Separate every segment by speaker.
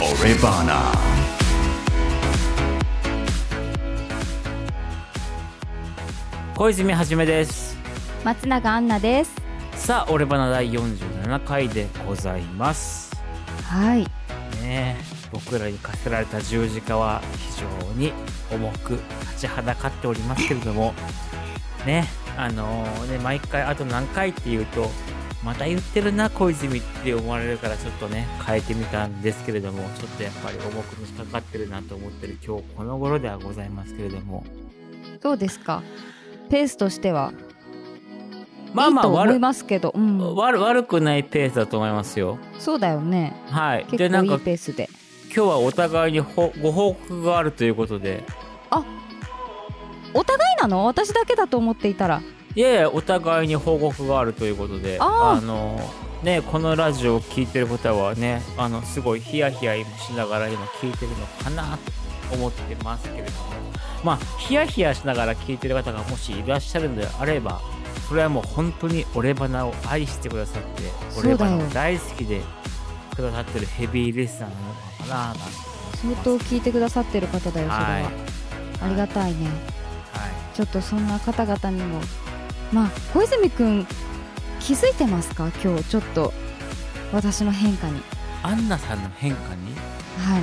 Speaker 1: Orebana.
Speaker 2: 小泉はじめです
Speaker 3: 松永杏奈です。
Speaker 2: さあ俺バナ第47回でございます
Speaker 3: はい。
Speaker 2: ねえ僕らに課せられた十字架は非常に重く立ちはだかっておりますけれど もねあのーね毎回あと何回って言うとまた言ってるな小泉って思われるからちょっとね変えてみたんですけれどもちょっとやっぱり重くのしかかってるなと思ってる今日この頃ではございますけれども
Speaker 3: どうですか。ペースとしては。
Speaker 2: まあまあ
Speaker 3: いいと思い
Speaker 2: 悪
Speaker 3: ますけど。うん。
Speaker 2: 悪悪くないペースだと思いますよ
Speaker 3: そうだよね。
Speaker 2: はい
Speaker 3: 結
Speaker 2: でなん
Speaker 3: 構いい
Speaker 2: か
Speaker 3: ペースで。
Speaker 2: 今日はお互いにほご報告があるということで
Speaker 3: お互いなの？私だけだと思っていたら。
Speaker 2: いやいやお互いに報告があるということで
Speaker 3: あー
Speaker 2: のねこのラジオを聞いてる方はねあのすごいヒヤヒヤ今しながら今聞いてるのかなと思ってますけれどもまあヒヤヒヤしながら聞いてる方がもしいらっしゃるのであればそれはもう本当に俺バナを愛してくださって
Speaker 3: そ
Speaker 2: 俺
Speaker 3: うだ
Speaker 2: バ
Speaker 3: よ
Speaker 2: ナが大好きでくださってるヘビーリスナーなのかななんて
Speaker 3: 相当聞いてくださってる方だよ。それは。
Speaker 2: はい
Speaker 3: ありがたいね。
Speaker 2: はい
Speaker 3: ちょっとそんな方々にも。まあ小泉くん気づいてますか？今日ちょっと私の変化に。
Speaker 2: アンナさんの変化に
Speaker 3: はい。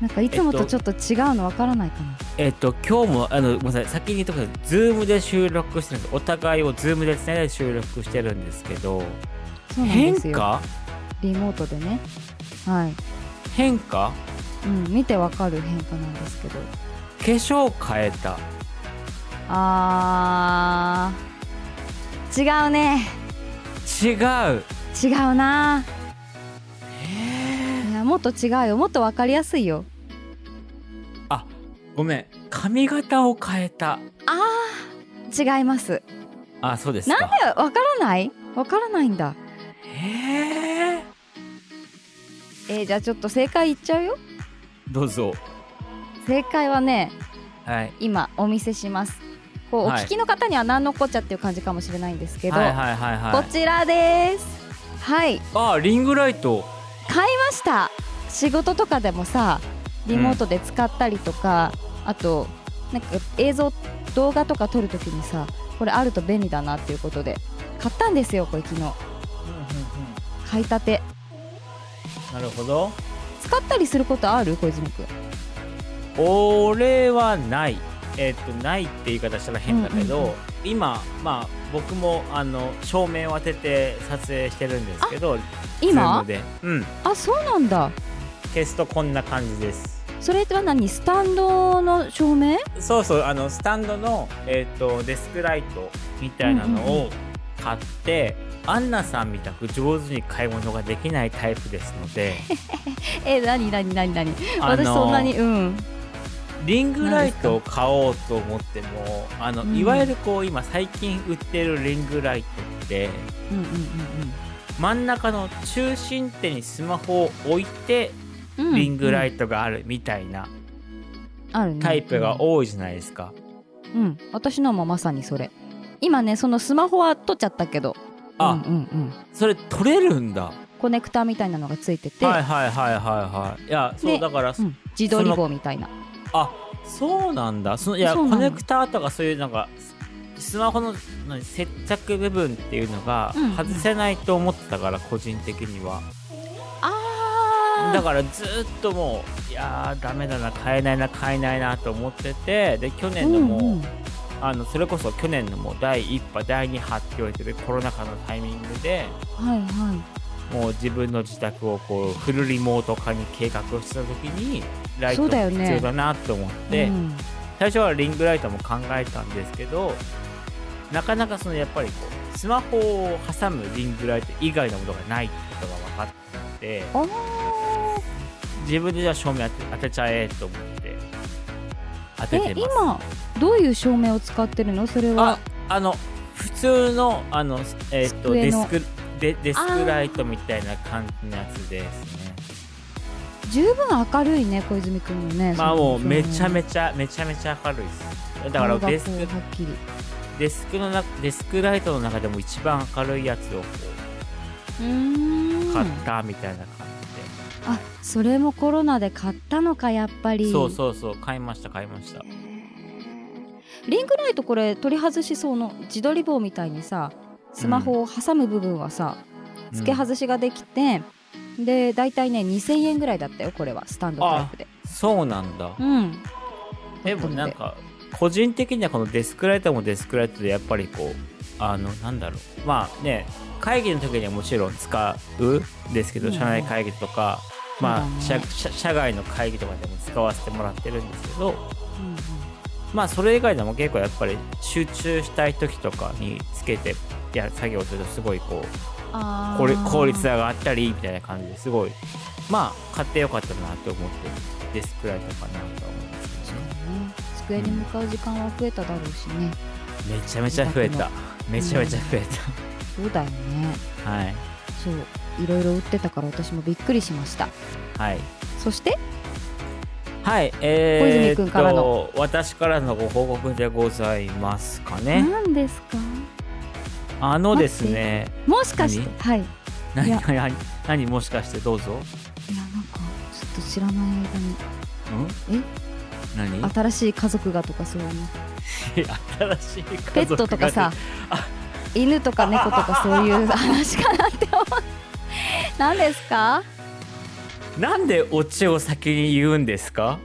Speaker 3: なんかいつも
Speaker 2: えっ
Speaker 3: と
Speaker 2: と
Speaker 3: ちょっと違うのわからないかな。
Speaker 2: えっと、今日も、あの、ごめんなさい、先に言っとくけど、ズームで収録してるんです。お互いをズームでつないで収録してるんですけど、
Speaker 3: そうなん
Speaker 2: 変
Speaker 3: ですよ。
Speaker 2: 化
Speaker 3: リモートでねはい、
Speaker 2: 変化
Speaker 3: うん、見てわかる変化なんですけど
Speaker 2: 化粧変えた。
Speaker 3: あー違うね
Speaker 2: 違う。
Speaker 3: 違うなーいやもっと違うよもっとわかりやすいよ
Speaker 2: あ、ごめん。髪型を変えた。
Speaker 3: あー違います
Speaker 2: あ、そうです
Speaker 3: なん
Speaker 2: か。
Speaker 3: でわからないわからないんだ
Speaker 2: へえ。
Speaker 3: えー、じゃあちょっと正解いっちゃうよ
Speaker 2: どうぞ。
Speaker 3: 正解はね
Speaker 2: はい。
Speaker 3: 今お見せしますこう、
Speaker 2: はい
Speaker 3: お聞きの方には何のこっちゃっていう感じかもしれないんですけど、
Speaker 2: はいはいはいは
Speaker 3: こ
Speaker 2: い。
Speaker 3: ちらですはい
Speaker 2: あ、リングライト。
Speaker 3: 買いました仕事とかでもさリモートで使ったりとか、あとなんか映像動画とか撮るときにさこれあると便利だなっていうことで買ったんですよこれ昨日買いたて
Speaker 2: なるほど。
Speaker 3: 使ったりすることある小泉君
Speaker 2: 俺はないえっ、とないって言い方したら変だけど、
Speaker 3: うんうんうん
Speaker 2: 今まあ僕もあの照明を当てて撮影してるんですけど Zoom
Speaker 3: 今
Speaker 2: でうん
Speaker 3: あそうなんだ
Speaker 2: テストこんな感じです
Speaker 3: それは何スタンドの照明
Speaker 2: そうそうあのスタンドの、えっとデスクライトみたいなの
Speaker 3: うんうん
Speaker 2: を買って、アンナさんみたく上手に買い物ができないタイプですので
Speaker 3: え何何何何
Speaker 2: あ
Speaker 3: 私
Speaker 2: の
Speaker 3: そんなにうん
Speaker 2: リングライトを買おうと思ってもあの、
Speaker 3: うん
Speaker 2: いわゆるこう今最近売ってるリングライトって
Speaker 3: うんうん
Speaker 2: 真ん中の中心点にスマホを置いて
Speaker 3: うんうん
Speaker 2: リングラ
Speaker 3: ト
Speaker 2: イトがあるみたいな
Speaker 3: あるね
Speaker 2: タイプが多いじゃないですか。
Speaker 3: うん、私のもまさにそれ今ねそのスマホは取っちゃったけど
Speaker 2: あ
Speaker 3: うんうんうん、
Speaker 2: それ取れるんだ。は
Speaker 3: コネクタみたいなのがついて
Speaker 2: い
Speaker 3: て、
Speaker 2: はいはいはいはい。いやそう
Speaker 3: で
Speaker 2: だから、
Speaker 3: うん、自撮り棒みたいな
Speaker 2: あそうなんだ。そのいや
Speaker 3: そ
Speaker 2: コ
Speaker 3: うなの
Speaker 2: ネクターとかそういうなんかスマホの何接着部分っていうのが
Speaker 3: うんうん
Speaker 2: 外せないと思ってたから、個人的には。
Speaker 3: あ
Speaker 2: だ
Speaker 3: ー
Speaker 2: からずーっともういやーダメだな買えないな買えないなと思っててで去年のもう。
Speaker 3: うんうん
Speaker 2: あのそれこそ去年のもう第1波第2波って言われてるコロナ禍のタイミングで
Speaker 3: はいは
Speaker 2: もう自分の自宅をこうフルリモート化に計画をしてた時にライト
Speaker 3: そう
Speaker 2: が
Speaker 3: だよね
Speaker 2: 必要だなと思っ
Speaker 3: い
Speaker 2: て、
Speaker 3: うん
Speaker 2: 最初はリングライトも考えたんですけどなかなかそのやっぱりこうスマホを挟むリングライト以外のものがないってことが分かったので
Speaker 3: あ
Speaker 2: 自分でじゃあ照明当て当てちゃえと思って当
Speaker 3: ー
Speaker 2: て
Speaker 3: え
Speaker 2: てます。
Speaker 3: 今どういう照明を使ってるのそれ
Speaker 2: あ
Speaker 3: は
Speaker 2: あの普通のあの、えっとデ
Speaker 3: 机
Speaker 2: ス
Speaker 3: の
Speaker 2: クデデスクライトみたいな感じのやつですね
Speaker 3: 十分明るいね小泉君もね
Speaker 2: まあもうめちゃ
Speaker 3: ち
Speaker 2: めちゃめちゃめちゃ明るいですだ
Speaker 3: ゃ
Speaker 2: から
Speaker 3: は
Speaker 2: デ
Speaker 3: っ
Speaker 2: スク
Speaker 3: きり
Speaker 2: デスクのなデスクライトの中でも一番明るいやつをこ
Speaker 3: うーん
Speaker 2: う買ったみたいな感じ
Speaker 3: それもコロナで買ったのかやっぱり
Speaker 2: そうそうそう買いました買いました
Speaker 3: リングライトこれ取り外しそうの自撮り棒みたいにさスマホを挟む部分はさ、付け
Speaker 2: うん
Speaker 3: 外しができて、で大体ね2000円ぐらいだったよこれはスタンドタイプで
Speaker 2: そうなんだ
Speaker 3: うん
Speaker 2: でもなんか個人的にはこのデスクライトもデスクライトでやっぱりこうあのなんだろうまあね会議の時にはもちろん使うんですけど、
Speaker 3: うん
Speaker 2: 社内会議とか、まあ
Speaker 3: そうだ
Speaker 2: 社
Speaker 3: ね
Speaker 2: 社社外の会議とかでも使わせてもらってるんですけど
Speaker 3: うん
Speaker 2: まあそれ以外でも結構やっぱり集中したい時とかにつけてやる作業するとすごいこう
Speaker 3: あー
Speaker 2: 効率効率が上がったりみたいな感じですごいまあ買ってよかったなと思ってデスクライトかなと思うんですけ
Speaker 3: そ
Speaker 2: ど
Speaker 3: う
Speaker 2: ね。
Speaker 3: ね机に向かう時間は増えただろうしね
Speaker 2: めちゃめちゃ増えためちゃめちゃ増え
Speaker 3: そうだよね
Speaker 2: た、はい
Speaker 3: そういろいろ売ってたから私もびっくりしました
Speaker 2: はい
Speaker 3: そして
Speaker 2: はいえー、
Speaker 3: 小泉君からの
Speaker 2: えっと私からのご報告でございますかね
Speaker 3: 何ですか
Speaker 2: あのですね
Speaker 3: もしかして
Speaker 2: 何
Speaker 3: はいい
Speaker 2: 何
Speaker 3: いや
Speaker 2: 何何何もしかしてどうぞ
Speaker 3: やなんかちょっと知らない間に
Speaker 2: ん
Speaker 3: え
Speaker 2: 何
Speaker 3: 新しい家族がとかそういう
Speaker 2: 新
Speaker 3: の
Speaker 2: しい家族が
Speaker 3: ペットとかさ犬とか猫とかそういう話かなって思う何ですか
Speaker 2: なんでオチを先に言うんですか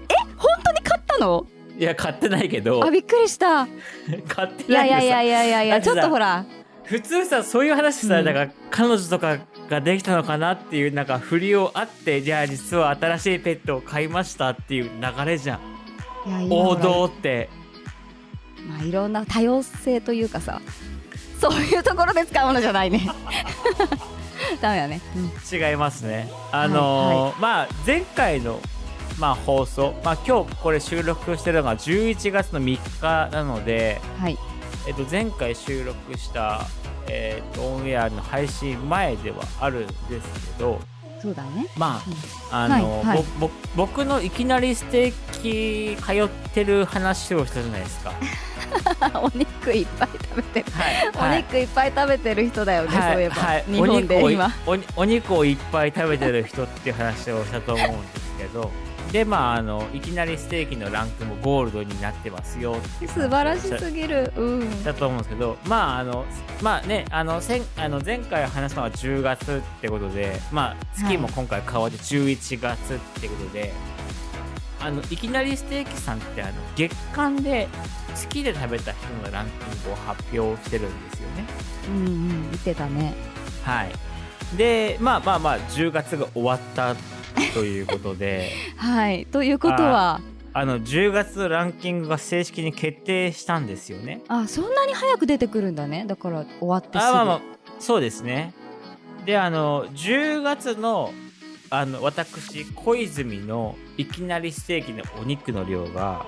Speaker 3: 買ったの
Speaker 2: いや買ってないけど
Speaker 3: あびっくりしたい
Speaker 2: 買ってな
Speaker 3: や
Speaker 2: いけどさ
Speaker 3: いやいやいやいやい
Speaker 2: だっ
Speaker 3: や
Speaker 2: て
Speaker 3: ち
Speaker 2: さ
Speaker 3: ょっとほら
Speaker 2: 普通さそういう話さ、
Speaker 3: うん
Speaker 2: だから彼女とかができたのかなっていうなんか振りをあってじゃあ実は新しいペットを買いましたっていう流れじゃん
Speaker 3: いや今
Speaker 2: 王
Speaker 3: ほら
Speaker 2: 道って
Speaker 3: まあいろんな多様性というかさそういうところで使うものじゃないねダメだね、うん
Speaker 2: 違いますねあのーまあ前回のまあ放送、まあ、今日これ収録してるのが11月の3日なので、
Speaker 3: はい
Speaker 2: えっと、前回収録した、えっとオンエアの配信前ではあるんですけど
Speaker 3: そうだね
Speaker 2: まあ
Speaker 3: うん
Speaker 2: あの、
Speaker 3: はいはい
Speaker 2: ぼぼ僕のいきなりステーキ通ってる話をしたじゃないです か。
Speaker 3: お肉いっぱい食べてる、
Speaker 2: はい、
Speaker 3: お肉いっぱい食べてる人だよね、
Speaker 2: はい
Speaker 3: そういえば、
Speaker 2: はい
Speaker 3: 日本で今
Speaker 2: お肉をいおお肉をいっぱい食べてる人っていう話をしたと思うんですけどでまああのいきなりステーキのランクもゴールドになってますよっていう話を
Speaker 3: 素晴らしすぎるうん
Speaker 2: だと思うんですけどまああのまあねあのせんあの前回話したのは10月ってことでまあ月も今回変わって11月ってことで、あのいきなりステーキさんってあの月間で月で食べた人のランキングを発表してるんですよね
Speaker 3: うんうん見てたね
Speaker 2: はいでまあまあまあ10月が終わったということで
Speaker 3: はいということは
Speaker 2: あの10月のランキングが正式に決定したんですよね
Speaker 3: あそんなに早く出てくるんだねだから終わってすぐ
Speaker 2: あまあまあそうですねであの10月のあの私小泉のいきなりステーキのお肉の量 が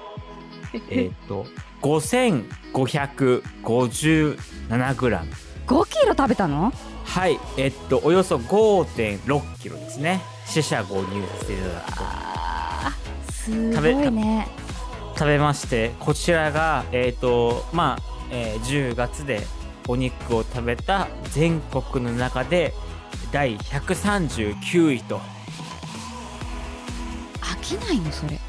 Speaker 2: えっと5557グラム
Speaker 3: 5キロ食べたの
Speaker 2: はいえっとおよそ5.6キロですね四捨五入させていただくと
Speaker 3: あーす
Speaker 2: 食べ
Speaker 3: ごいね
Speaker 2: 食べましてこちらがえっ、とまあ、えー10月でお肉を食べた全国の中で第139位と
Speaker 3: 飽きないのそれ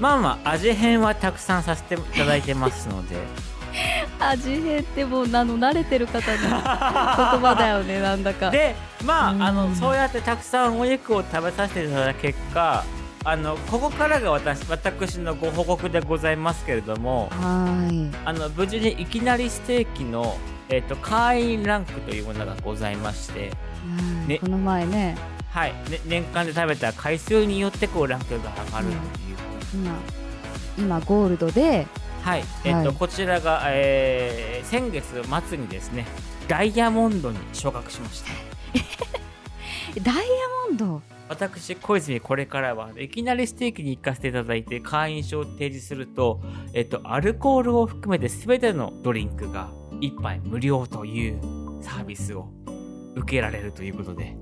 Speaker 2: まあまあ味変はたくさんさせていただいてますの で
Speaker 3: 味変ってもうあの慣れてる方 の言葉だよねなんだか
Speaker 2: でま
Speaker 3: うん
Speaker 2: ああのそうやってたくさんお肉を食べさせていただいた結果あのここからが私私のご報告でございますけれども
Speaker 3: はーい
Speaker 2: あの無事にいきなりステーキの、えっと会員ランクというものがございまして
Speaker 3: はい
Speaker 2: ね
Speaker 3: この前ね
Speaker 2: はい、ね、年間で食べた回数によってこうランクが上がるっていう、
Speaker 3: 今今ゴールドで
Speaker 2: はい、えっと、
Speaker 3: はい
Speaker 2: こちらが、えー先月末にですねダイヤモンドに昇格しました
Speaker 3: ダイヤモンド
Speaker 2: 私小泉これからはいきなりステーキに行かせていただいて会員証を提示すると、えっと、アルコールを含めて全てのドリンクが1杯無料というサービスを受けられるということで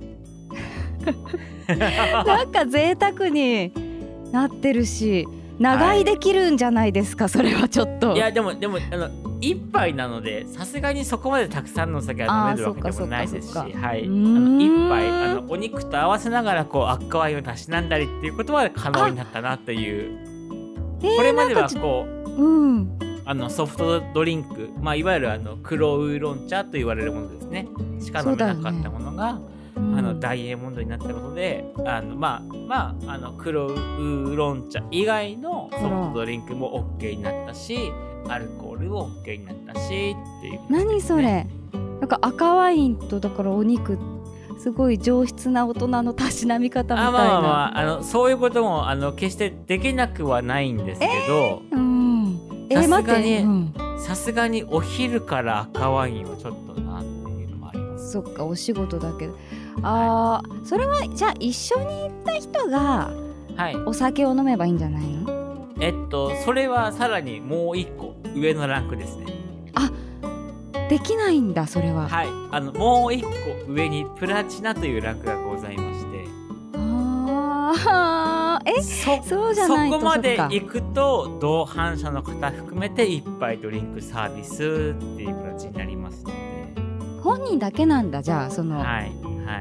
Speaker 3: なんか贅沢になってるし長居できるんじゃないですか、それはちょっと
Speaker 2: いやでもでもあの一杯なのでさすがにそこまでたくさんのお酒が飲めるわけでもないですし、
Speaker 3: あーそっかそっかそっか
Speaker 2: はいうあ
Speaker 3: ーん
Speaker 2: の一杯あのお肉と合わせながらこう赤ワインをたしなんだりっていうことは可能になったなという
Speaker 3: えー
Speaker 2: これまで
Speaker 3: な
Speaker 2: は
Speaker 3: んかちょ
Speaker 2: こう
Speaker 3: うん
Speaker 2: あのソフトドリンク、まあ、いわゆるあの黒ウーロン茶と言われるものですねしか飲めなかったものが、あのダイヤモンドになったことであのまあまああの黒ウーロン茶以外のソフトドリンクも OK になったしアルコールも OK になったしっていう
Speaker 3: 何それなんか赤ワインとだからお肉すごい上質な大人のたしなみ方
Speaker 2: あ
Speaker 3: みたいな、
Speaker 2: まあまあまああのそういうこともあの決してできなくはないんですけど
Speaker 3: うんえ
Speaker 2: さ
Speaker 3: ー、
Speaker 2: すがに
Speaker 3: 待って、うん、
Speaker 2: さすがにお昼から赤ワインはちょっとなっていうのもあります。
Speaker 3: そっかお仕事だけどあーそれはじゃあ一緒に行った人が
Speaker 2: はい
Speaker 3: お酒を飲めばいいんじゃないの
Speaker 2: えっとそれはさらにもう一個上のランクですね。
Speaker 3: できないんだそれは、
Speaker 2: はいあのもう一個上にプラチナというランクがございまして。
Speaker 3: あーえ
Speaker 2: そ
Speaker 3: そうじゃないと
Speaker 2: そこまで
Speaker 3: そっか
Speaker 2: 行くと同伴者の方含めて一杯ドリンクサービスっていう形になりますので
Speaker 3: 本人だけなんだじゃあその、
Speaker 2: はいはい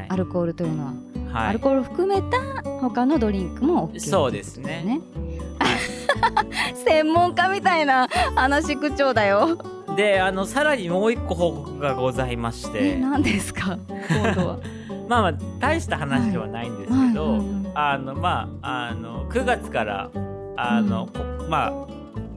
Speaker 3: アルコールというのは、
Speaker 2: は
Speaker 3: アル
Speaker 2: い
Speaker 3: コール含めた他のドリンクも OK
Speaker 2: そうですね
Speaker 3: ね専門家みたいな話口調だよ、
Speaker 2: であのさらにもう一個報告がございまして
Speaker 3: え何ですか今 度は
Speaker 2: まあまあ大した話ではないんですけど、あのまああの9月からあの、こま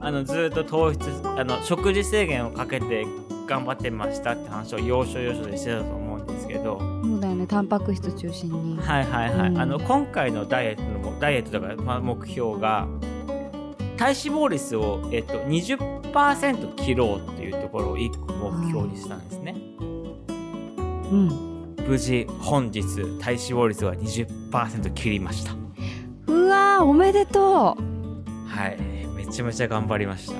Speaker 2: ああのずっと糖質あの食事制限をかけて頑張ってましたって話を要所要所でしてたと思うんですけど、
Speaker 3: そうだよねタンパク質中心に
Speaker 2: はいはいはい、
Speaker 3: うん
Speaker 2: あの今回のダイエットのもダイエットだから、まあ、目標が体脂肪率を、えっと、20%切ろうっていうところを1個目標にしたんですね、
Speaker 3: うん
Speaker 2: 無事本日体脂肪率は20%切りました
Speaker 3: うわーおめで
Speaker 2: は
Speaker 3: と
Speaker 2: いめちゃめちゃ頑張りました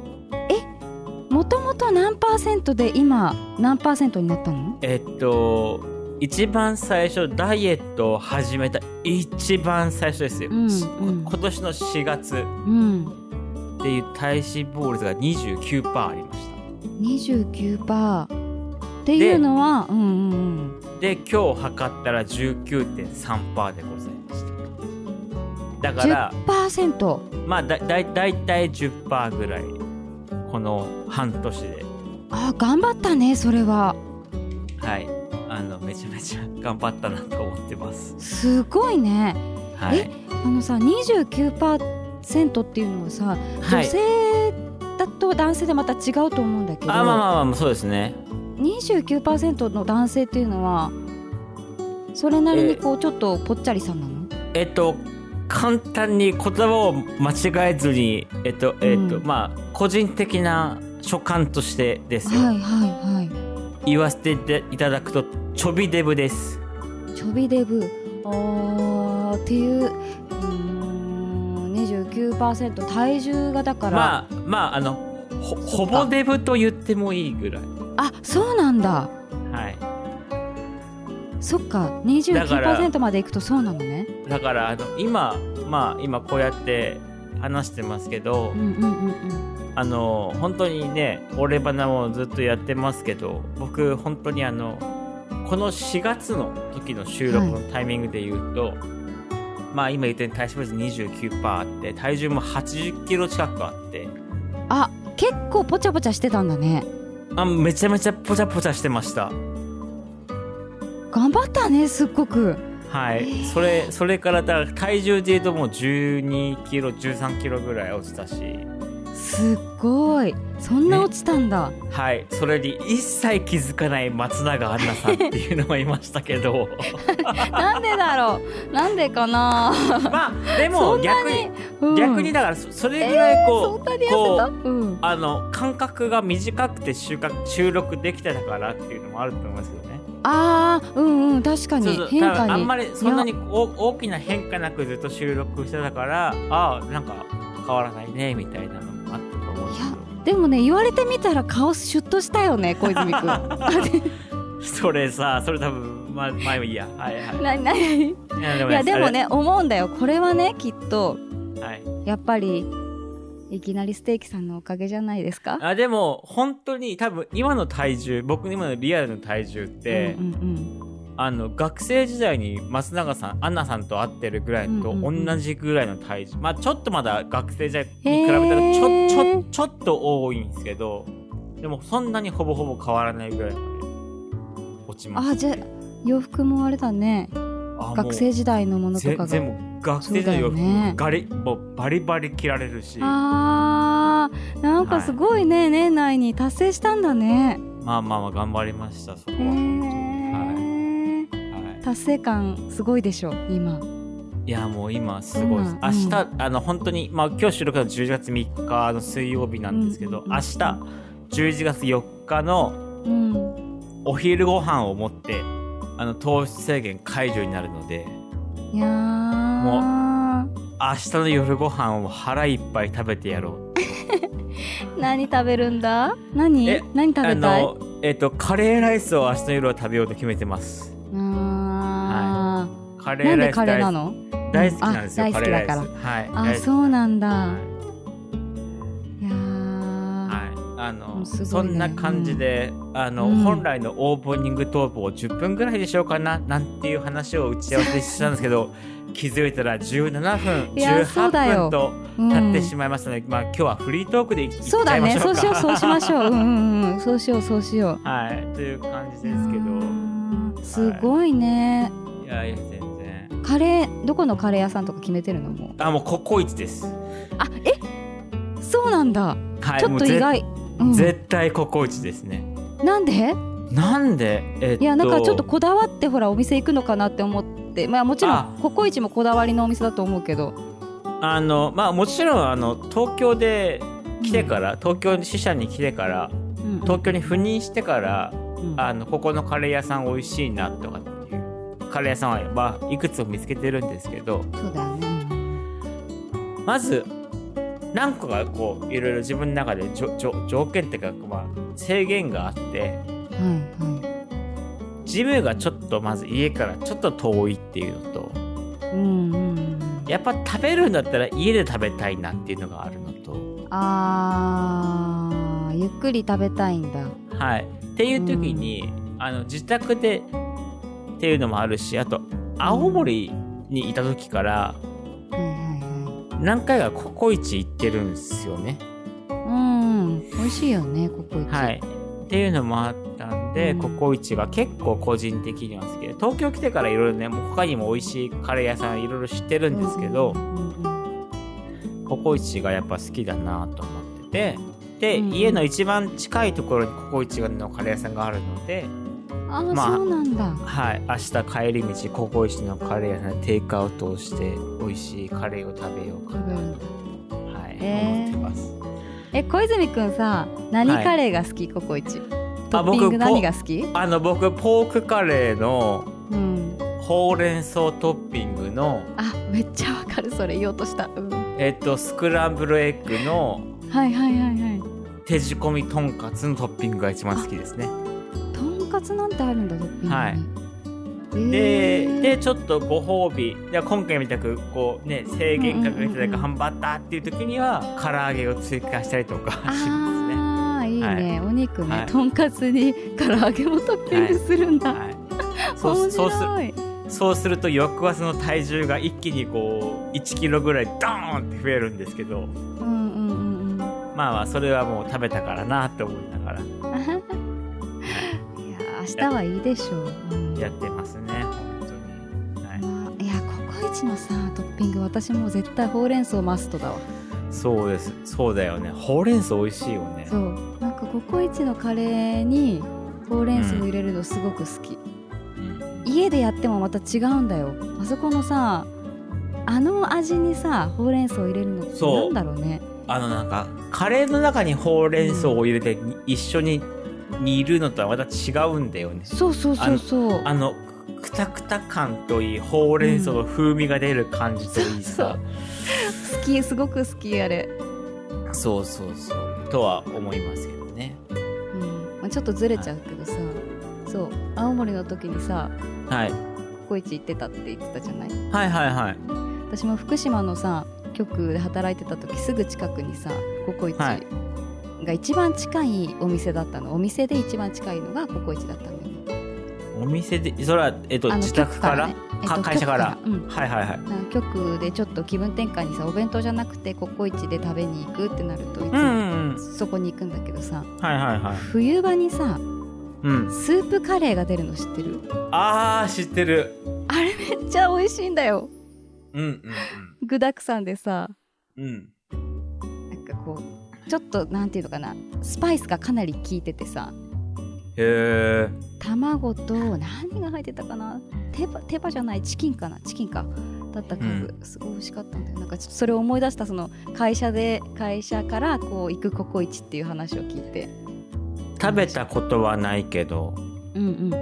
Speaker 3: うもともと何パーセントで今何パーセントになったの
Speaker 2: えっと一番最初ダイエットを始めた一番最初ですよ、
Speaker 3: うん
Speaker 2: し
Speaker 3: うん
Speaker 2: 今年の4月
Speaker 3: うん
Speaker 2: っていう体脂肪率が29%ありました
Speaker 3: 29パーっていうのはうんうん
Speaker 2: で今日測ったら19.3%でございましただ
Speaker 3: うん
Speaker 2: から
Speaker 3: 10パーセント
Speaker 2: まあだだだいたい10%ぐらいこの半年で
Speaker 3: あー頑張ったねそれは
Speaker 2: はいあのめちゃめちゃ頑張ったなと思ってます
Speaker 3: すごいね
Speaker 2: はい
Speaker 3: えあのさ29%っていうのはさ
Speaker 2: は
Speaker 3: 女
Speaker 2: い
Speaker 3: 性だと男性でまた違うと思うんだけど、
Speaker 2: あまあまあまあそうですね
Speaker 3: 29%の男性っていうのはそれなりにこうちょっとぽっちゃりさんなの、
Speaker 2: えっと簡単に言葉を間違えずにえっとえっと、
Speaker 3: うん
Speaker 2: まあ個人的な所感としてですよ、
Speaker 3: はいはいは
Speaker 2: 言わせていただくとちょびデブです
Speaker 3: いちょびデブあーっていううーん29%体重がだから、
Speaker 2: まあまああのほ
Speaker 3: そ
Speaker 2: ほ
Speaker 3: っか
Speaker 2: ぼデブと言ってもいいぐらい、
Speaker 3: あそうなんだ
Speaker 2: はい、
Speaker 3: そっか
Speaker 2: だから
Speaker 3: 29%までいくとそうなのね
Speaker 2: だからあの今まあ今こうやって話してますけど、
Speaker 3: うんうんうん
Speaker 2: あの本当にね俺バナもずっとやってますけど僕本当にあのこの4月の時の収録のタイミングで言うと、まあ今言ったように体脂肪率29%あって体重も80キロ近くあって
Speaker 3: うんあ結構ぽちゃぽちゃしてたんだね
Speaker 2: あめちゃめちゃポチャポチャしてました
Speaker 3: 頑張ったねすっごく
Speaker 2: はい、それそれからだ体重でいうともう12キロ13キロぐらい落ちたし
Speaker 3: すっごいそんな
Speaker 2: ね
Speaker 3: 落ちたんだ、
Speaker 2: はいそれに一切気づかない松永アンナさんっていうのもいましたけ ど
Speaker 3: なんでだろうなんでかな、
Speaker 2: まあでも
Speaker 3: そん
Speaker 2: 逆に
Speaker 3: うん
Speaker 2: 逆にだからそそれぐらい
Speaker 3: そ
Speaker 2: こ
Speaker 3: ん
Speaker 2: う、
Speaker 3: なに痩せ
Speaker 2: こ
Speaker 3: た
Speaker 2: う
Speaker 3: うん
Speaker 2: あの間隔が短くて収穫収録できてたからっていうのもあると思いますよね。
Speaker 3: あーうんうん確
Speaker 2: そ
Speaker 3: か
Speaker 2: う
Speaker 3: に
Speaker 2: そう
Speaker 3: 変
Speaker 2: 多
Speaker 3: 化
Speaker 2: 分
Speaker 3: に
Speaker 2: あんまりそんなに大大きな変化なくずっと収録してたからああなんか変わらないねみたいなのもあったと思うんですけど。
Speaker 3: でもね言われてみたら顔シュッとしたよね 小 泉くん
Speaker 2: それさそれ多分ま前もいいやはいはい
Speaker 3: なない
Speaker 2: いやで
Speaker 3: やでも
Speaker 2: あ
Speaker 3: ね思うんだよこれはねきっと
Speaker 2: れはい
Speaker 3: やっぱりいきなりステーキさんのおかげじゃないですか
Speaker 2: あでも本当に多分今の体重僕の今のリアルの体重って、
Speaker 3: うんうん
Speaker 2: あの学生時代に松永さんアンナさんと会ってるぐらいのと
Speaker 3: うんうんうん
Speaker 2: 同じぐらいの体重、まあちょっとまだ学生時代に
Speaker 3: へ
Speaker 2: 比べたら
Speaker 3: ー
Speaker 2: ちょちょちょっと多いんですけどでもそんなにほぼほぼ変わらないぐらいまで落ち
Speaker 3: うん
Speaker 2: ます
Speaker 3: あじゃあ洋服もあれだね
Speaker 2: あもう
Speaker 3: 学生時代のものと
Speaker 2: ぜ
Speaker 3: かが
Speaker 2: 全部学生時代の洋服、
Speaker 3: そうだよね
Speaker 2: ガリもうバリバリ着られるし
Speaker 3: あーなんかすごいね、年内に達成したんだね
Speaker 2: まあまあまあ頑張りましたそこは
Speaker 3: へー
Speaker 2: はいはい
Speaker 3: 達成感すごいでしょ今
Speaker 2: いやもう今すごいです
Speaker 3: うん
Speaker 2: 明日、あの本当にまあ今日収録の10月3日の水曜日なんですけど、
Speaker 3: うんうんうん
Speaker 2: 明日11月4日の
Speaker 3: うん
Speaker 2: お昼ご飯をもってあの糖質制限解除になるので
Speaker 3: いやー
Speaker 2: 明日の夜ご飯を腹いっぱい食べてやろう
Speaker 3: 何食べるんだ何
Speaker 2: え
Speaker 3: 何食べたい
Speaker 2: あのえっとカレーライスを明日の夜は食べようと決めてます
Speaker 3: あ
Speaker 2: カ
Speaker 3: ー
Speaker 2: レ
Speaker 3: な
Speaker 2: ー
Speaker 3: ん
Speaker 2: ラ
Speaker 3: で
Speaker 2: イス
Speaker 3: カレ
Speaker 2: 大
Speaker 3: ーな
Speaker 2: 好
Speaker 3: の
Speaker 2: き大好きなんですよ、
Speaker 3: うんあ
Speaker 2: カレーライス
Speaker 3: 大好き
Speaker 2: はい
Speaker 3: あ
Speaker 2: 大好き
Speaker 3: そうなんだ
Speaker 2: はい
Speaker 3: いやー
Speaker 2: はい、あ
Speaker 3: う
Speaker 2: の、
Speaker 3: んすごいね
Speaker 2: そんな感じで、あの、
Speaker 3: うん
Speaker 2: 本来のオープニングトークを10分ぐらいでしょうかななんていう話を打ち合わせしてたんですけど 気づいたら17分
Speaker 3: いやそうだ
Speaker 2: 18
Speaker 3: よ
Speaker 2: 分と
Speaker 3: うん
Speaker 2: 経ってしまいましたので、まあ今日はフリートークでいいっち
Speaker 3: そう
Speaker 2: ゃ
Speaker 3: だ
Speaker 2: いま
Speaker 3: ね
Speaker 2: しょ
Speaker 3: そううしよう
Speaker 2: か。
Speaker 3: そうしましょううんうんうんそうしようそうしよう
Speaker 2: はい、という感じですけど
Speaker 3: あーすごいね、
Speaker 2: いやいや全然
Speaker 3: カレーどこのカレー屋さんとか決めてるのもう
Speaker 2: あもうココイチです。
Speaker 3: あえそうなんだ
Speaker 2: はい、
Speaker 3: ちょっと意外、う
Speaker 2: もうぜ、
Speaker 3: ん、
Speaker 2: 絶対ココイチですね。
Speaker 3: なんで
Speaker 2: なんでえっと
Speaker 3: いやなんかちょっとこだわってほらお店行くのかなって思ってまあもちろ
Speaker 2: あ
Speaker 3: んココイチもこだわりのお店だと思うけど
Speaker 2: あのまあもちろんあの東京で来てから、東京に支社に来てから
Speaker 3: うん
Speaker 2: 東京に赴任してから
Speaker 3: うん
Speaker 2: あのここのカレー屋さん美味しいなとかっていうカレー屋さんは、まあ、いくつも見つけてるんですけど
Speaker 3: そうだよね
Speaker 2: まず何個かこういろいろ自分の中でじょじょ条件っていうか、まあ、制限があって
Speaker 3: は
Speaker 2: ジムがちょっとまず家からちょっと遠いっていうのと
Speaker 3: いはいうんうんうん
Speaker 2: やっぱ食べるんだったら家で食べたいなっていうのがあるのと
Speaker 3: あーゆっくり食べたいんだ
Speaker 2: はいっていう時に、あの自宅でっていうのもあるしあと青森にいた時から、
Speaker 3: はいは
Speaker 2: 何回かココイチ行ってるんですよね。
Speaker 3: いはいうん美味しいよねココイチ
Speaker 2: はい、っていうのもあったんで、
Speaker 3: うん
Speaker 2: ココイチが結構個人的には好きで東京来てからいろいろねもう他にも美味しいカレー屋さんいろいろ知ってるんですけど
Speaker 3: う、んうんうん
Speaker 2: ココイチがやっぱ好きだなと思っててで、
Speaker 3: うん
Speaker 2: 家の一番近いところにココイチのカレー屋さんがあるので、
Speaker 3: あー、
Speaker 2: まあ
Speaker 3: そうなんだ
Speaker 2: はい、明日帰り道ココイチのカレー屋さんでテイクアウトをして美味しいカレーを食べようかなと、はい
Speaker 3: えー
Speaker 2: 思ってます。
Speaker 3: え小泉くんさ何カレーが好き、ココイチトッピン
Speaker 2: 僕
Speaker 3: グ何が好き
Speaker 2: あの僕ポークカレーの
Speaker 3: うん
Speaker 2: ほうれん草トッピングの、
Speaker 3: あめっちゃわかるそれ言おうとした、うん、は
Speaker 2: えっと、スクランブルエッグの
Speaker 3: いはいはいはい
Speaker 2: 手仕込みとんかつのトッピングが一番好きですね。
Speaker 3: とんかつなんてあるんだトッピングに
Speaker 2: はい
Speaker 3: え
Speaker 2: で
Speaker 3: ー
Speaker 2: でちょっとご褒美いや今回みたくこうね制限かけてた
Speaker 3: うんうんうん
Speaker 2: か頑張ったっていう時には唐揚げを追加したりとかしますね。
Speaker 3: あーいいね、
Speaker 2: はい
Speaker 3: お肉ね、
Speaker 2: はい
Speaker 3: とんかつに唐揚げもトッピングするんだ、
Speaker 2: はい、そう
Speaker 3: 面
Speaker 2: そうす
Speaker 3: 白い
Speaker 2: そうすると翌朝の体重が一気にこう1キロぐらいドーンって増えるんですけど
Speaker 3: うんうんうんうん
Speaker 2: まあまあそれはもう食べたからなって思いながら
Speaker 3: いや明日はいいでしょう、うん
Speaker 2: やってますね本当に、はい、
Speaker 3: まあいやココイチのさトッピング私もう絶対ほうれん草マストだわ
Speaker 2: そうですそうだよねほうれん草美味しいよね
Speaker 3: そうなんかココイチのカレーにほうれん草を入れるのすごく好き、
Speaker 2: うん
Speaker 3: 家でやってもまた違うんだよあそこのさあの味にさほうれん草を入れるのって
Speaker 2: そ
Speaker 3: な
Speaker 2: うん
Speaker 3: だろうね
Speaker 2: あのなんかカレーの中にほうれん草を入れてに一緒に煮るのとはまた違うんだよね
Speaker 3: そうそうそうそう
Speaker 2: あのくたくた感といいほうれん草の風味が出る感じといいさ、
Speaker 3: 好きすごく好きあれ、
Speaker 2: そうそうそうとは思いますけどね
Speaker 3: うんまあ、ちょっとずれちゃうけどさそう青森の時にさ
Speaker 2: はい、
Speaker 3: ココイチ行ってたって言ってたじゃない
Speaker 2: はいはいはい
Speaker 3: 私も福島のさ局で働いてた時すぐ近くにさココイチ
Speaker 2: はい
Speaker 3: が一番近いお店だったの、お店で一番近いのがココイチだったんだよね
Speaker 2: お店でそれは、えっと、
Speaker 3: あの
Speaker 2: 自宅から
Speaker 3: 局ね
Speaker 2: か
Speaker 3: えっと
Speaker 2: 会社から
Speaker 3: 局うん
Speaker 2: はいはいはい
Speaker 3: あの局でちょっと気分転換にさお弁当じゃなくてココイチで食べに行くってなるといつ
Speaker 2: うんう
Speaker 3: も
Speaker 2: んうん
Speaker 3: そこに行くんだけどさ、
Speaker 2: はいはいはい
Speaker 3: 冬場にさ
Speaker 2: うん
Speaker 3: スープカレーが出るの知ってる
Speaker 2: あー知ってる
Speaker 3: あれめっちゃ美味しいんだよ
Speaker 2: うんうん
Speaker 3: 具だくさんでさ
Speaker 2: うんうん
Speaker 3: なんかこうちょっとなんていうのかなスパイスがかなり効いててさ
Speaker 2: へえ
Speaker 3: 卵と何が入ってたかな手羽手羽じゃないチキンかなチキンかだった数、すごい美味しかったんだよなんかちょっとそれを思い出したその会社で会社からこう行くココイチっていう話を聞いて
Speaker 2: 食べたことはないけど
Speaker 3: うんうん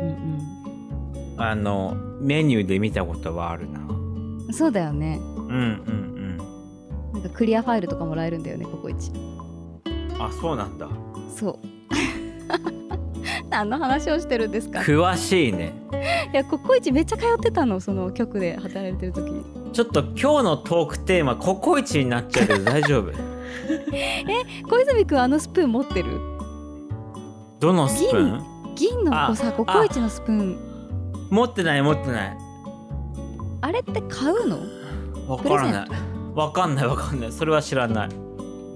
Speaker 3: うん
Speaker 2: あのメニューで見たことはあるなうん
Speaker 3: うんそうだよね
Speaker 2: うん
Speaker 3: なんかクリアファイルとかもらえるんだよねココイチ
Speaker 2: うんあそうなんだ
Speaker 3: そう 何の話をしてるんですか
Speaker 2: 詳しいね
Speaker 3: いやココイチめっちゃ通ってたのその局で働いてる時に
Speaker 2: ちょっと今日のトークテーマココイチになっちゃうけど大丈夫
Speaker 3: 小泉君あのスプーン持ってる
Speaker 2: どのスプーン
Speaker 3: 銀の
Speaker 2: あ
Speaker 3: こさココイチのスプーン
Speaker 2: 持ってない持ってない
Speaker 3: あれって買うの
Speaker 2: わ
Speaker 3: プ
Speaker 2: か
Speaker 3: レ
Speaker 2: ら
Speaker 3: ゼ
Speaker 2: な
Speaker 3: ン
Speaker 2: い
Speaker 3: ト
Speaker 2: わかんないわかんないそれは知らない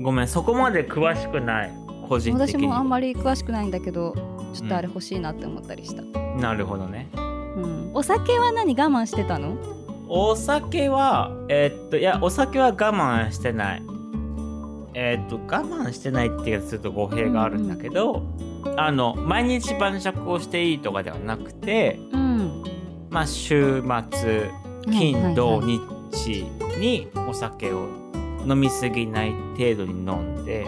Speaker 2: ごめんそこまで詳しくない個人的
Speaker 3: 私
Speaker 2: に
Speaker 3: もあんまり詳しくないんだけどちょっとあれ欲しいなって思ったりした、うん
Speaker 2: なるほどね
Speaker 3: お酒は何我慢してたの
Speaker 2: お酒はえーっといやお酒は我慢してないえーっと我慢してないっていうかちょっと語弊があるんだけど、あの毎日晩酌をしていいとかではなくて
Speaker 3: うん
Speaker 2: まあ週末金土日にお酒を飲みすぎない程度に飲んで、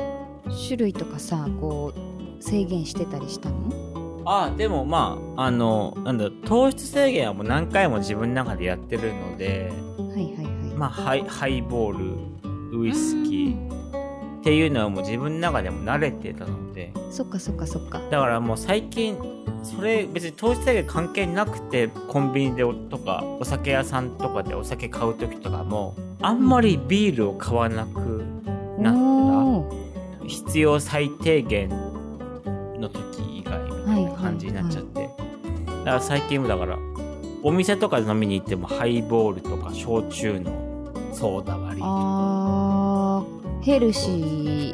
Speaker 3: 種類とかさこう制限してたりしたの
Speaker 2: あでもまああのなんだ糖質制限はもう何回も自分の中でやってるので
Speaker 3: はいはいはい、
Speaker 2: まあハイハイボールウイスキーっていうのはもう自分の中でも慣れてたので
Speaker 3: そっかそっかそっか
Speaker 2: だからもう最近それ別に糖質制限関係なくてコンビニでおとかお酒屋さんとかでお酒買う時とかもあんまりビールを買わなくなった
Speaker 3: おー
Speaker 2: 必要最低限の時以外みたいな感じになっちゃって、だから最近もだからお店とかで飲みに行ってもハイボールとか焼酎のソーダ割り
Speaker 3: あーヘルシ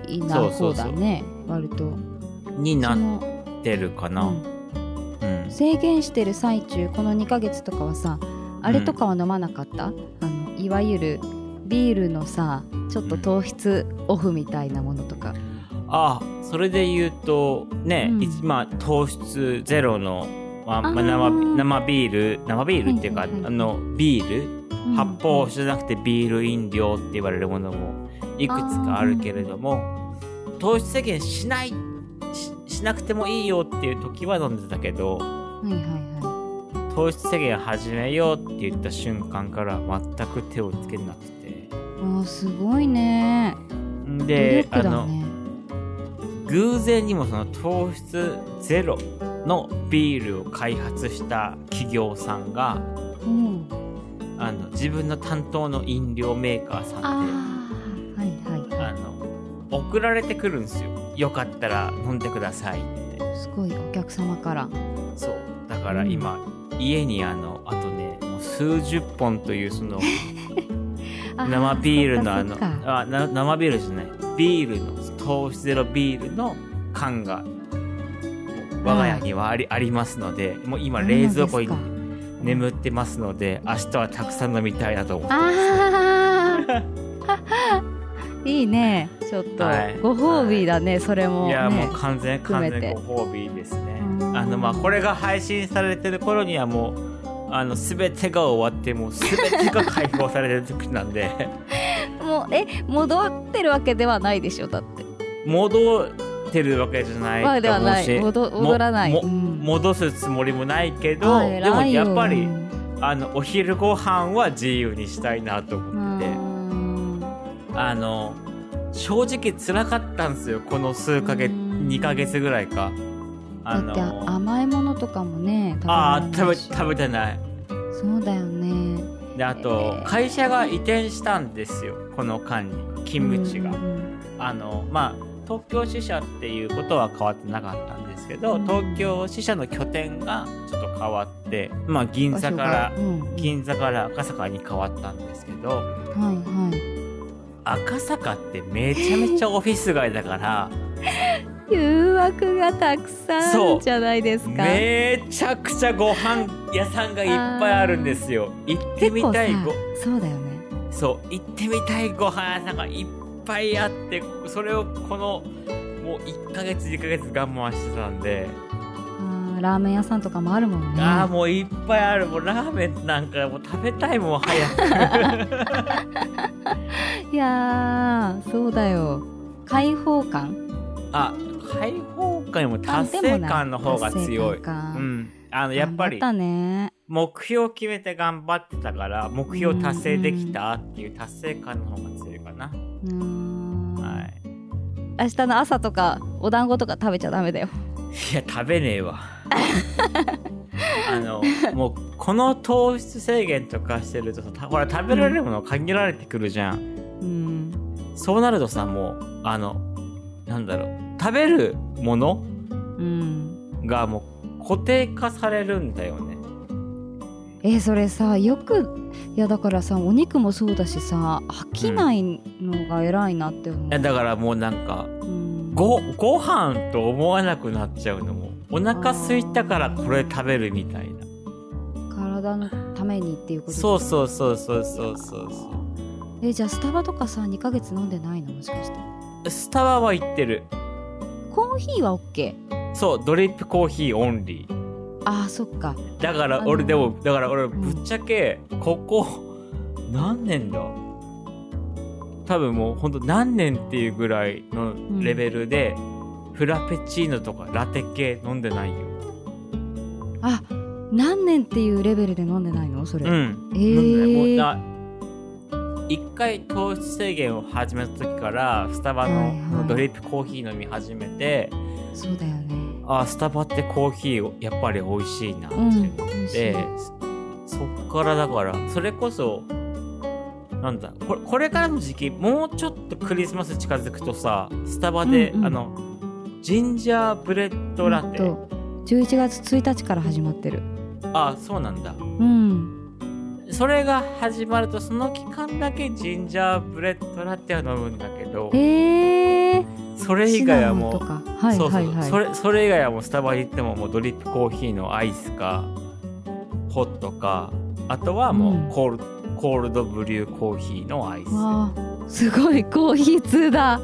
Speaker 3: ーな方だね割と
Speaker 2: にな
Speaker 3: そ
Speaker 2: っ
Speaker 3: の
Speaker 2: てるかな、
Speaker 3: う
Speaker 2: うんん
Speaker 3: 制限してる最中この2ヶ月とかはさあれとかは飲まなかった、あのいわゆるビールのさちょっと糖質オフみたいなものとか、
Speaker 2: あそれで言うとね、
Speaker 3: うん
Speaker 2: いちまあ糖質ゼロの、まあまあ
Speaker 3: あー
Speaker 2: 生生ビール生ビールっていうか、
Speaker 3: はいはいはい
Speaker 2: あのビール発泡酒じゃなくてビール飲料って言われるものもいくつかあるけれども糖質制限しないししなくてもいいよっていう時は飲んでたけど
Speaker 3: うんはいはいは
Speaker 2: 糖質制限始めようって言った瞬間から全く手をつけなくて
Speaker 3: いあーすごいね
Speaker 2: ん
Speaker 3: 努
Speaker 2: で、
Speaker 3: 力
Speaker 2: あ
Speaker 3: だ
Speaker 2: の
Speaker 3: ね
Speaker 2: 偶然にもその糖質ゼロのビールを開発した企業さんが
Speaker 3: うん
Speaker 2: あの自分の担当の飲料メーカーさんで
Speaker 3: あーはいはい
Speaker 2: あの送られてくるんですよよかったら飲んでくださいって
Speaker 3: すごいお客様から
Speaker 2: そうだから今、家にあのあとねもう数十本というその生ビールのあの
Speaker 3: そっかそっか
Speaker 2: あな生ビールじゃないビールの糖質ゼロビールの缶が我が家にはあり,、ありますのでもう今冷蔵庫に
Speaker 3: そうなん
Speaker 2: 眠ってますので明日はたくさん飲みたいなと思って
Speaker 3: あーいいねちょっと、
Speaker 2: はい
Speaker 3: ご褒美だね、それも
Speaker 2: い
Speaker 3: ね
Speaker 2: やもう完全
Speaker 3: 含
Speaker 2: 完
Speaker 3: めて
Speaker 2: 全ご褒美ですね
Speaker 3: うん
Speaker 2: あのまあこれが配信されてる頃にはもうあの全てが終わってもう全てが解放されてる時なんで
Speaker 3: もうえ戻ってるわけではないでしょだって、
Speaker 2: 戻ってるわけじゃ
Speaker 3: ま
Speaker 2: な
Speaker 3: あ
Speaker 2: い
Speaker 3: で
Speaker 2: と
Speaker 3: は
Speaker 2: 思う
Speaker 3: ない
Speaker 2: し
Speaker 3: 戻戻らない、
Speaker 2: も
Speaker 3: うん
Speaker 2: 戻すつもりもないけど
Speaker 3: あー
Speaker 2: でも
Speaker 3: 偉いよ
Speaker 2: やっぱり
Speaker 3: う
Speaker 2: あのお昼ご飯は自由にしたいなと思ってて
Speaker 3: ん
Speaker 2: あの正直辛かったんですよこの数ヶ月
Speaker 3: うん
Speaker 2: 2ヶ月ぐらいかあ
Speaker 3: だって
Speaker 2: の
Speaker 3: 甘いものとかもね食べられ
Speaker 2: あ
Speaker 3: ない
Speaker 2: ー
Speaker 3: し
Speaker 2: 食べ食べてない
Speaker 3: そうだよね
Speaker 2: であと
Speaker 3: えー
Speaker 2: 会社が移転したんですよこの間に勤務地が、
Speaker 3: うん
Speaker 2: あのまあ東京支社っていうことは変わってなかったんですけど東京支社の拠点がちょっと変わってまあ銀座から
Speaker 3: 場所がうん
Speaker 2: 銀座から赤坂に変わったんですけど
Speaker 3: はいはい
Speaker 2: 赤坂ってめちゃめちゃオフィス街だ から
Speaker 3: 誘惑がたくさんあ
Speaker 2: そ
Speaker 3: る
Speaker 2: うん
Speaker 3: じゃないですか
Speaker 2: めちゃくちゃご飯屋さんがいっぱいあるんですよ行ってみたい
Speaker 3: 結
Speaker 2: ご
Speaker 3: 構さそうだよね
Speaker 2: そう行ってみたいご飯屋さんがいっぱいあってそれをこのもう1ヶ月2ヶ月我慢してたんで、
Speaker 3: あーラーメン屋さんとかもあるもんね
Speaker 2: ああもういっぱいあるもうラーメンなんかもう食べたいもん 早く
Speaker 3: いやーそうだよ開放感
Speaker 2: あ開放感よりも達成感の方が強い
Speaker 3: 達成感
Speaker 2: う
Speaker 3: か
Speaker 2: んあのやっぱり
Speaker 3: 頑張たね
Speaker 2: 目標を決めて頑張ってたから目標達成できたっていう達成感の方が強いかな、
Speaker 3: うーん
Speaker 2: はい
Speaker 3: 明日の朝とかお団子とか食べちゃダメだよ
Speaker 2: いや食べねえわあのもうこの糖質制限とかしてるとさたほら食べられるもの限られてくるじゃん
Speaker 3: うん
Speaker 2: そうなるとさもうあのなんだろう食べるもの
Speaker 3: うん
Speaker 2: がもう固定化されるんだよね
Speaker 3: えそれさよくいやだからさお肉もそうだしさ飽きないのが偉いなって思う、
Speaker 2: いやだからもうなんか
Speaker 3: うん
Speaker 2: ごご飯と思わなくなっちゃうのもお腹空いたからこれ食べるみたいな
Speaker 3: 体のためにっていうこと
Speaker 2: そうそうそうそうそうそうそ
Speaker 3: えじゃあスタバとかさ2ヶ月飲んでないのもしかして
Speaker 2: うスタバは行ってる
Speaker 3: コーヒーは OK
Speaker 2: そうドリップコーヒーオンリー
Speaker 3: あーそっか
Speaker 2: だか
Speaker 3: あ
Speaker 2: ら
Speaker 3: の
Speaker 2: 俺でもだから俺ぶっちゃけここ何年だ多分もうほんと何年っていうぐらいのレベルで、フラペチーノとかラテ系飲んでないよ、
Speaker 3: あ何年っていうレベルで飲んでないのそれ、
Speaker 2: うん
Speaker 3: え
Speaker 2: 飲んで
Speaker 3: ー
Speaker 2: ないもうな一回糖質制限を始めた時からスタバ
Speaker 3: はいは
Speaker 2: の
Speaker 3: い
Speaker 2: ドリップコーヒー飲み始めて、
Speaker 3: そうだよね
Speaker 2: あスタバってコーヒーやっぱり美味しいなって
Speaker 3: うん
Speaker 2: 思
Speaker 3: 美
Speaker 2: っ、
Speaker 3: 味してい
Speaker 2: そそっからだからそれこそなんだこれこれからの時期もうちょっとクリスマス近づくとさスタバで、
Speaker 3: うんうん
Speaker 2: あのジンジャーブレッドラテ
Speaker 3: ほんと11月1日から始まってる
Speaker 2: あそうなんだ
Speaker 3: うん
Speaker 2: それが始まるとその期間だけジンジャーブレッドラテは飲むんだけど
Speaker 3: えー、
Speaker 2: それ以外はもう
Speaker 3: シナモンとかはい
Speaker 2: そうそ
Speaker 3: は
Speaker 2: う
Speaker 3: いはい
Speaker 2: それそれ以外はもうスタバに行ってももうドリップコーヒーのアイスかホットかあとはも
Speaker 3: うん
Speaker 2: うコール,、コールドブリューコーヒーのアイス
Speaker 3: わあすごいコーヒー通だ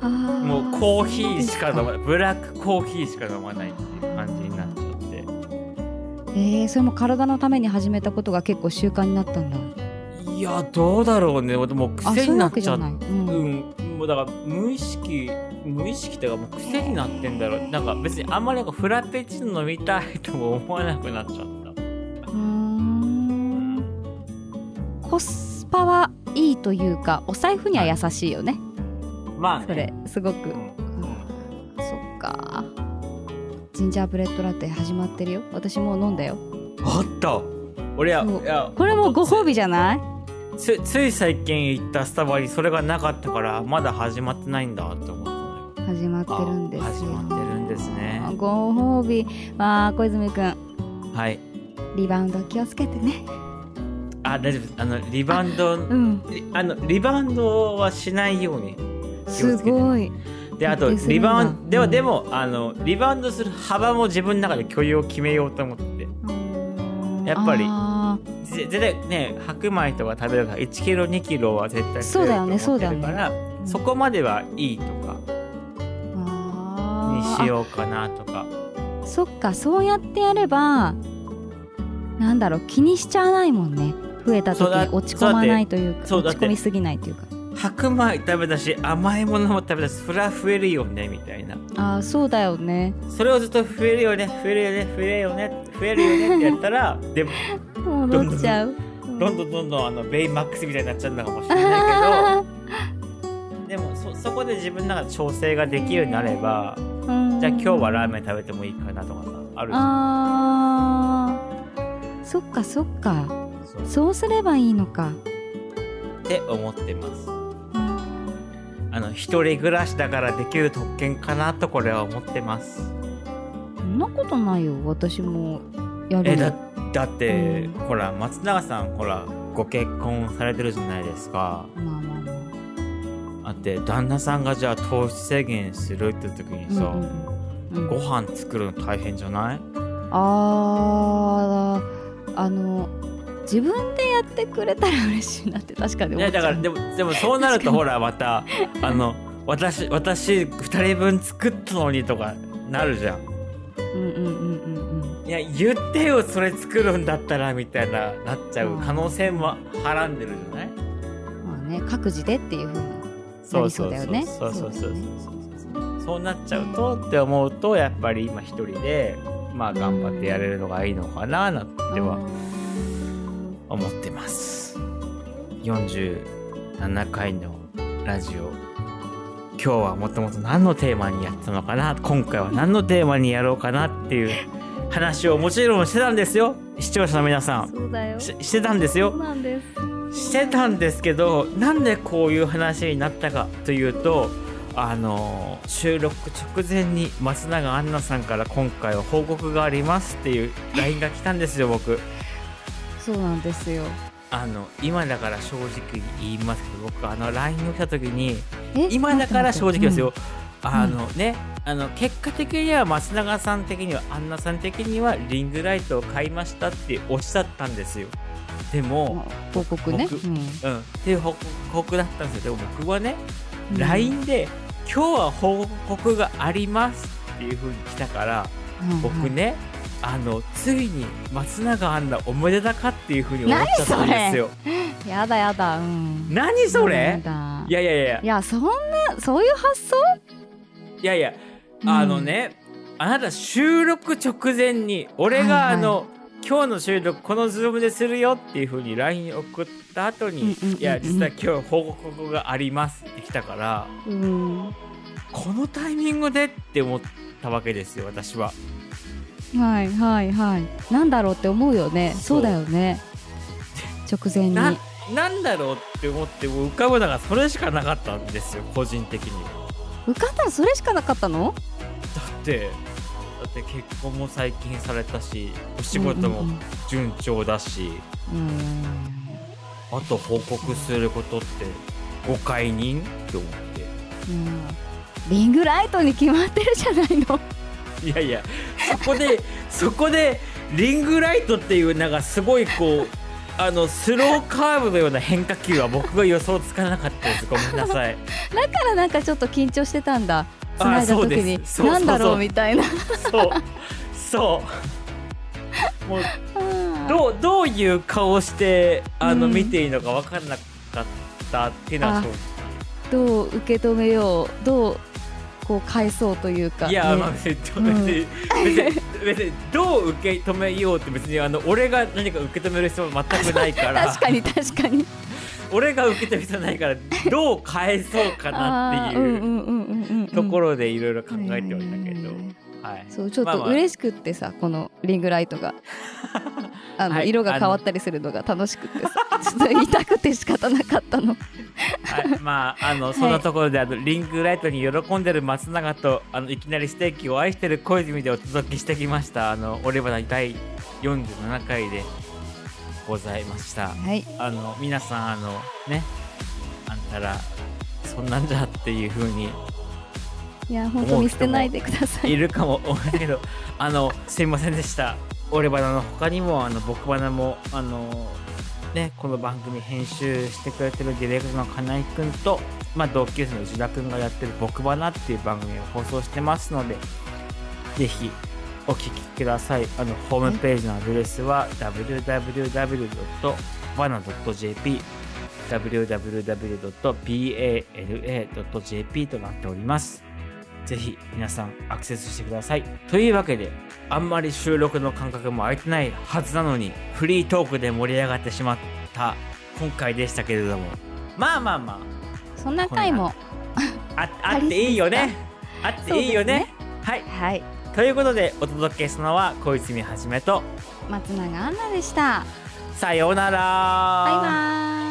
Speaker 3: あ
Speaker 2: もうコーヒーしか飲ま
Speaker 3: い
Speaker 2: ないブラックコーヒーしか飲まないっていう感じになっちゃって
Speaker 3: えー、それも体のために始めたことが結構習慣になったんだ
Speaker 2: いやどうだろうねもう
Speaker 3: あそう
Speaker 2: 癖
Speaker 3: い
Speaker 2: に
Speaker 3: う
Speaker 2: な
Speaker 3: わ
Speaker 2: っ
Speaker 3: け
Speaker 2: ち
Speaker 3: じ
Speaker 2: ゃ
Speaker 3: ゃ
Speaker 2: っ
Speaker 3: ない、うん
Speaker 2: うん、もうだから無意識無意識というかもう癖になってんだろうなんか別にあんまりなんかフラペチーノ飲みたいとも思わなくなっちゃった
Speaker 3: うーんコスパはいいというかお財布には優しいよね
Speaker 2: まあね
Speaker 3: それすごく、
Speaker 2: うん
Speaker 3: そっかジンジャーブレッドラテ始まってるよ私もう飲んだよ
Speaker 2: あった俺は
Speaker 3: そう
Speaker 2: いや
Speaker 3: これもうご褒美じゃない
Speaker 2: つつい最近行ったスタバにそれがなかったからまだ始まってないんだって思ったんだよ
Speaker 3: 始まってるんですよ
Speaker 2: あ始まってるんですね
Speaker 3: ご褒美わあ小泉くん
Speaker 2: はい
Speaker 3: リバウンド気をつけてね
Speaker 2: あ大丈夫ですあのリバウンド
Speaker 3: うん
Speaker 2: リあのリバウンドはしないように
Speaker 3: すごい
Speaker 2: であと
Speaker 3: 徹底する
Speaker 2: リ
Speaker 3: んだ
Speaker 2: バウンドでは
Speaker 3: うん
Speaker 2: でもあのリバウンドする幅も自分の中で許容を決めようと思ってやっぱり
Speaker 3: あー
Speaker 2: ぜ絶対ね白米とか食べるから1キロ2キロは絶対
Speaker 3: そうだよね
Speaker 2: 食えると思ってるから
Speaker 3: ね
Speaker 2: そこまではいいとかに
Speaker 3: あー
Speaker 2: しようかなとか
Speaker 3: あそっかそうやってやればなんだろう気にしちゃわないもんね増えた時
Speaker 2: そうだ
Speaker 3: に落ち込まないというか
Speaker 2: そうだ
Speaker 3: 落
Speaker 2: って
Speaker 3: ち込みすぎないというか
Speaker 2: 白米食べたし甘いものも食べたしそれは増えるよねみたいな
Speaker 3: ああそうだよね
Speaker 2: それをずっと増えるよね増えるよね増えるよね増えるよねってやったらでも
Speaker 3: 戻っちゃう
Speaker 2: どんどんどんどんあのベイマックスみたいになっちゃうのかもしれないけ
Speaker 3: け
Speaker 2: どでもそそこで自分の中で調整ができるようになれば
Speaker 3: ど、うん
Speaker 2: じゃあ今日はラーメン食べてもいいかなとかさあるじゃん
Speaker 3: あーそっかそっか
Speaker 2: そう
Speaker 3: そうすればいいのか
Speaker 2: って思ってますあの一人暮らしだからできる特権かなとこれは思ってます
Speaker 3: そんなことないよ私もやる
Speaker 2: え
Speaker 3: の
Speaker 2: だだって、
Speaker 3: うん
Speaker 2: ほら松永さんほらご結婚されてるじゃないですか
Speaker 3: まあまあま
Speaker 2: あって旦那さんがじゃあ糖質制限するって時にさ、
Speaker 3: あうんうんうん
Speaker 2: ご飯作るの大変じゃない
Speaker 3: あーあの自分でやってくれたら嬉しいなって確かに
Speaker 2: い
Speaker 3: 思
Speaker 2: や
Speaker 3: っちゃ
Speaker 2: だ
Speaker 3: う
Speaker 2: からでも でもそうなるとほらまたあの私私2人分作ったのにとかなるじゃん
Speaker 3: うんうんうんうんうん
Speaker 2: いや言ってよそれ作るんだったらみたいななっちゃう可能性もはらんでるじゃない
Speaker 3: まあね各自でっていうふうになりそうだよね
Speaker 2: そうそうそうそう
Speaker 3: だよね
Speaker 2: そうなっちゃうとって思うとやっぱり今一人でまあ頑張ってやれるのがいいのかななんては思ってます47回のラジオ今日はもともと何のテーマにやったのかな今回は何のテーマにやろうかなっていう話をもちろんしてたんですよ視聴者の皆さ
Speaker 3: あー
Speaker 2: ん
Speaker 3: そうだよ
Speaker 2: ししてたんです
Speaker 3: そう
Speaker 2: よ
Speaker 3: なんです
Speaker 2: してたんですけどなんでこういう話になったかというとあの収録直前に松永杏奈さんから今回は報告がありますっていう LINE が来たんですよ僕。
Speaker 3: そうなんですよ
Speaker 2: あの今だから正直言いますけど僕あの LINE を来た時に
Speaker 3: え
Speaker 2: 今だから正直ですよ、
Speaker 3: ん
Speaker 2: あのねあの結果的には松永さん的にはアンナさん的にはリングライトを買いましたっておっしゃったんですよで
Speaker 3: 待
Speaker 2: も、
Speaker 3: って待って報告ね
Speaker 2: 僕
Speaker 3: うん
Speaker 2: うん、っていう報告だったんですよでも僕はね、
Speaker 3: うん
Speaker 2: LINE で「今日は報告があります」っていう風に来たから僕
Speaker 3: はいはい
Speaker 2: ね、あのついに松永アンナおめでたかっていう風に思っちゃったんですよ
Speaker 3: やだやだうん
Speaker 2: 何それ
Speaker 3: やだやだ
Speaker 2: いやいやいや
Speaker 3: いやそんなそういう発想
Speaker 2: いやいや
Speaker 3: うん
Speaker 2: あのね、あなた収録直前に俺が
Speaker 3: はいはい
Speaker 2: あの、今日の収録このズームでするよっていう風に LINE 送った後に、
Speaker 3: うんうんうんうん
Speaker 2: いや実は今日報告がありますってきたから
Speaker 3: うん
Speaker 2: このタイミングでって思ったわけですよ私は
Speaker 3: はいはいはいなんだろうって思うよね
Speaker 2: そ
Speaker 3: そううだよね直前に
Speaker 2: ななんだろうって思ってもう浮かぶのがそれしかなかったんですよ個人的には
Speaker 3: 受かったのそれしかなかったの
Speaker 2: だってだって結婚も最近されたしお仕事
Speaker 3: うんうん
Speaker 2: も順調だし、
Speaker 3: うんうん
Speaker 2: あと報告することって5回人って思っ
Speaker 3: うんうんリングライトに決まってるじゃないの
Speaker 2: ていやいやそこで そこでリングライトっていうなんかすごいこうあのスローカーブのような変化球は僕が予想つかなかったですごめんなさい
Speaker 3: だからなんかちょっと緊張してたんだ
Speaker 2: あ
Speaker 3: 繋いだ
Speaker 2: そう
Speaker 3: 時
Speaker 2: です
Speaker 3: に
Speaker 2: そうそう
Speaker 3: な
Speaker 2: そうん
Speaker 3: だろうみたいな
Speaker 2: そうそうもうどうどういう顔してあの、
Speaker 3: うん
Speaker 2: 見ていいのか分かんなかったっていうのはそう
Speaker 3: どう受け止めようどうこう返そうというか
Speaker 2: いや、
Speaker 3: ね
Speaker 2: まあ、別に、別に、別に、別にどう受け止めようって、別に、あの、俺が何か受け止める必要は全くないから
Speaker 3: 確。かに確かに
Speaker 2: 俺が受け止める必要ないから、どう返そうかなって
Speaker 3: あ
Speaker 2: いう。
Speaker 3: ーんうんうんうんうん
Speaker 2: ところで、いろいろ考えておいたけど
Speaker 3: はいはいはいはい。
Speaker 2: はい。
Speaker 3: そうちょっ
Speaker 2: まあ
Speaker 3: と
Speaker 2: まあ
Speaker 3: 嬉しくってさ、このリングライト があの、
Speaker 2: はい
Speaker 3: 色が変わったりするのが楽しくってさちょっと痛くて仕方なかったの
Speaker 2: はいまあ、あ の、そんなところで、あの、リングライトに喜んでる松永と、あの、いきなりステーキを愛してる小泉でお届けしてきました。あの、俺は第47回でございました。
Speaker 3: はい
Speaker 2: あの皆さんあのねあんたらそんなんじゃっていう風に
Speaker 3: いや本当見捨てないでください
Speaker 2: いるかも思うけどあのすいませんでした俺バナの他にもあの僕バナもあのねこの番組編集してくれてるディレクターの金井くんと、まあ、同級生の内田くんがやってる「僕バナ」っていう番組を放送してますのでぜひお聞きくださいあのホームページのアドレスは www.bana.jp www.bana.jp となっておりますぜひ皆さんアクセスしてくださいというわけであんまり収録の間隔も空いてないはずなのにフリートークで盛り上がってしまった今回でしたけれどもまあまあま
Speaker 3: そんな回も
Speaker 2: あああっていいよねあっていいよねはい
Speaker 3: はい
Speaker 2: ということでお届けしたのは小泉はじめと
Speaker 3: 松永アンナでした
Speaker 4: さようなら
Speaker 2: バイバーイ